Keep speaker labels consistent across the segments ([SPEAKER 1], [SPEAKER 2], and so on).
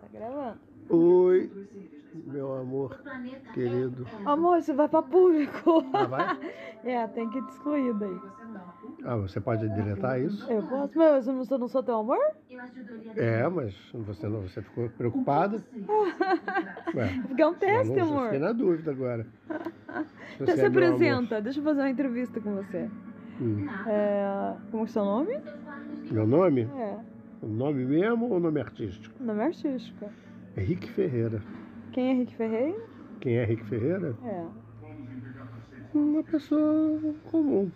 [SPEAKER 1] Tá gravando.
[SPEAKER 2] Oi, meu amor querido.
[SPEAKER 1] Amor, isso vai pra público.
[SPEAKER 2] Ah, vai?
[SPEAKER 1] É, tem que te excluir daí.
[SPEAKER 2] Ah, você pode deletar isso?
[SPEAKER 1] Eu posso, mas eu não sou, não sou teu amor?
[SPEAKER 2] É, mas você não, você ficou preocupada. Ué,
[SPEAKER 1] Porque é um
[SPEAKER 2] eu
[SPEAKER 1] teste,
[SPEAKER 2] não- eu
[SPEAKER 1] amor.
[SPEAKER 2] Fiquei na dúvida agora. Se
[SPEAKER 1] Então
[SPEAKER 2] você
[SPEAKER 1] se
[SPEAKER 2] é meu amor.
[SPEAKER 1] apresenta, deixa eu fazer uma entrevista com você.
[SPEAKER 2] Hum.
[SPEAKER 1] É, como é seu nome?
[SPEAKER 2] Meu nome?
[SPEAKER 1] É,
[SPEAKER 2] O nome mesmo ou nome artístico?
[SPEAKER 1] nome artístico.
[SPEAKER 2] É Rick Ferreira.
[SPEAKER 1] Quem é Henrique Ferreira?
[SPEAKER 2] Quem é Rick Ferreira?
[SPEAKER 1] É.
[SPEAKER 2] Uma pessoa comum.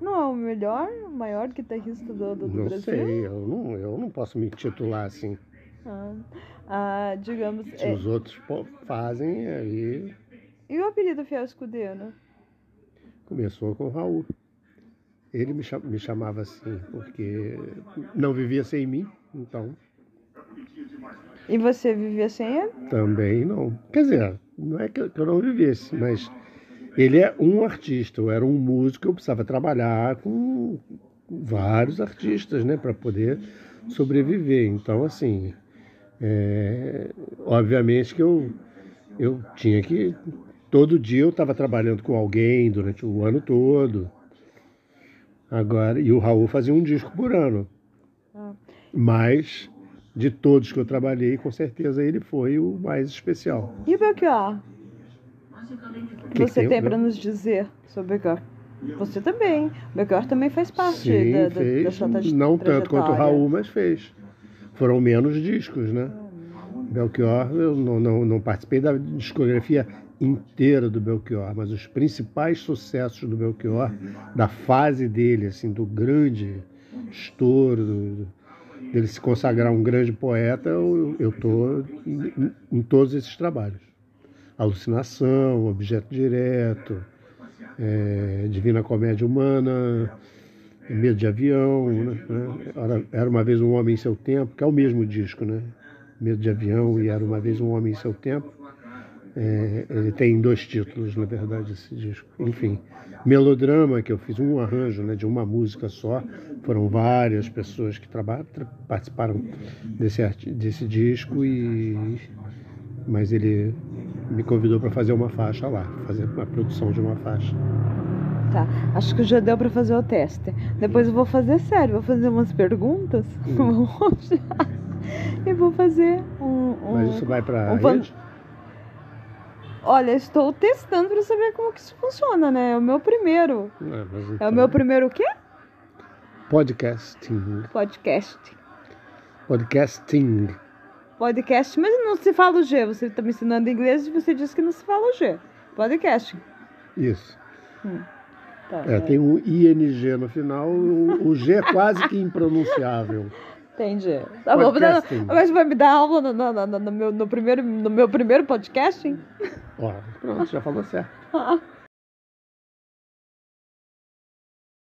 [SPEAKER 1] Não é o melhor, o maior guitarrista do, do, do
[SPEAKER 2] Não
[SPEAKER 1] Brasil?
[SPEAKER 2] sei, eu não, eu não posso me titular assim.
[SPEAKER 1] Ah, ah, digamos.
[SPEAKER 2] Se
[SPEAKER 1] é-
[SPEAKER 2] os outros po- fazem, aí
[SPEAKER 1] E o apelido Fiel Escudeiro?
[SPEAKER 2] começou com o Raul. Ele me, cha- me chamava assim, porque não vivia sem mim, então
[SPEAKER 1] E você vivia sem ele?
[SPEAKER 2] também não. Quer dizer, não é que eu que eu não vivesse, mas ele é um artista, eu era um músico, eu precisava trabalhar com vários artistas, né, para poder sobreviver. Então, assim, é, obviamente que eu, eu tinha que. Todo dia eu estava trabalhando com alguém durante o ano todo. Agora, e o Raul fazia um disco por ano.
[SPEAKER 1] Ah.
[SPEAKER 2] Mas, de todos que eu trabalhei, com certeza ele foi o mais especial.
[SPEAKER 1] E o Belchior? O que
[SPEAKER 2] que
[SPEAKER 1] você
[SPEAKER 2] tem,
[SPEAKER 1] tem
[SPEAKER 2] Bel?
[SPEAKER 1] para nos dizer sobre o Belchior? Você também. O Belchior também faz parte
[SPEAKER 2] Sim,
[SPEAKER 1] da, da,
[SPEAKER 2] fez.
[SPEAKER 1] da sua traje-
[SPEAKER 2] não tanto quanto o
[SPEAKER 1] trajetória.
[SPEAKER 2] Raul, mas fez. Foram menos discos, né? Belchior, eu não, não, não participei da discografia inteira do Belchior, mas os principais sucessos do Belchior, da fase dele, assim, do grande estouro, do- dele se consagrar um grande poeta, eu estou em, em- em todos esses trabalhos. Alucinação, Objeto Direto, eh, Divina Comédia Humana, Medo de Avião, né? né? Era, Era uma vez um homem em seu tempo, que é o mesmo disco, né? Medo de Avião e Era uma vez um homem em seu tempo. É, ele tem dois títulos, na verdade, esse disco. Enfim, Melodrama, que eu fiz um arranjo né, de uma música só. Foram várias pessoas que traba- tra- participaram desse, arti- desse disco, e mas ele me convidou para fazer uma faixa lá, fazer a produção de uma faixa.
[SPEAKER 1] Tá, acho que já deu para fazer o teste. Depois eu vou fazer sério, vou fazer umas perguntas.
[SPEAKER 2] Hum.
[SPEAKER 1] Vamos e vou fazer um. um-
[SPEAKER 2] Mas isso vai para
[SPEAKER 1] um van- Olha, estou testando para saber como que isso funciona, né? É o meu primeiro. É o
[SPEAKER 2] Tá.
[SPEAKER 1] meu primeiro o quê?
[SPEAKER 2] Podcasting.
[SPEAKER 1] Podcast.
[SPEAKER 2] Podcasting.
[SPEAKER 1] Podcast, mas não se fala o G. Você está me ensinando inglês e você disse que não se fala o G. Podcast.
[SPEAKER 2] Isso.
[SPEAKER 1] Tá,
[SPEAKER 2] É, tem um ING no final, o, o G é quase que impronunciável.
[SPEAKER 1] Entendi. Tá bom, mas,
[SPEAKER 2] Podcasting.
[SPEAKER 1] mas você vai me dar aula no, no- no- no meu, no, primeiro, no meu primeiro podcast? hein?
[SPEAKER 2] Ó, pronto, já falou certo.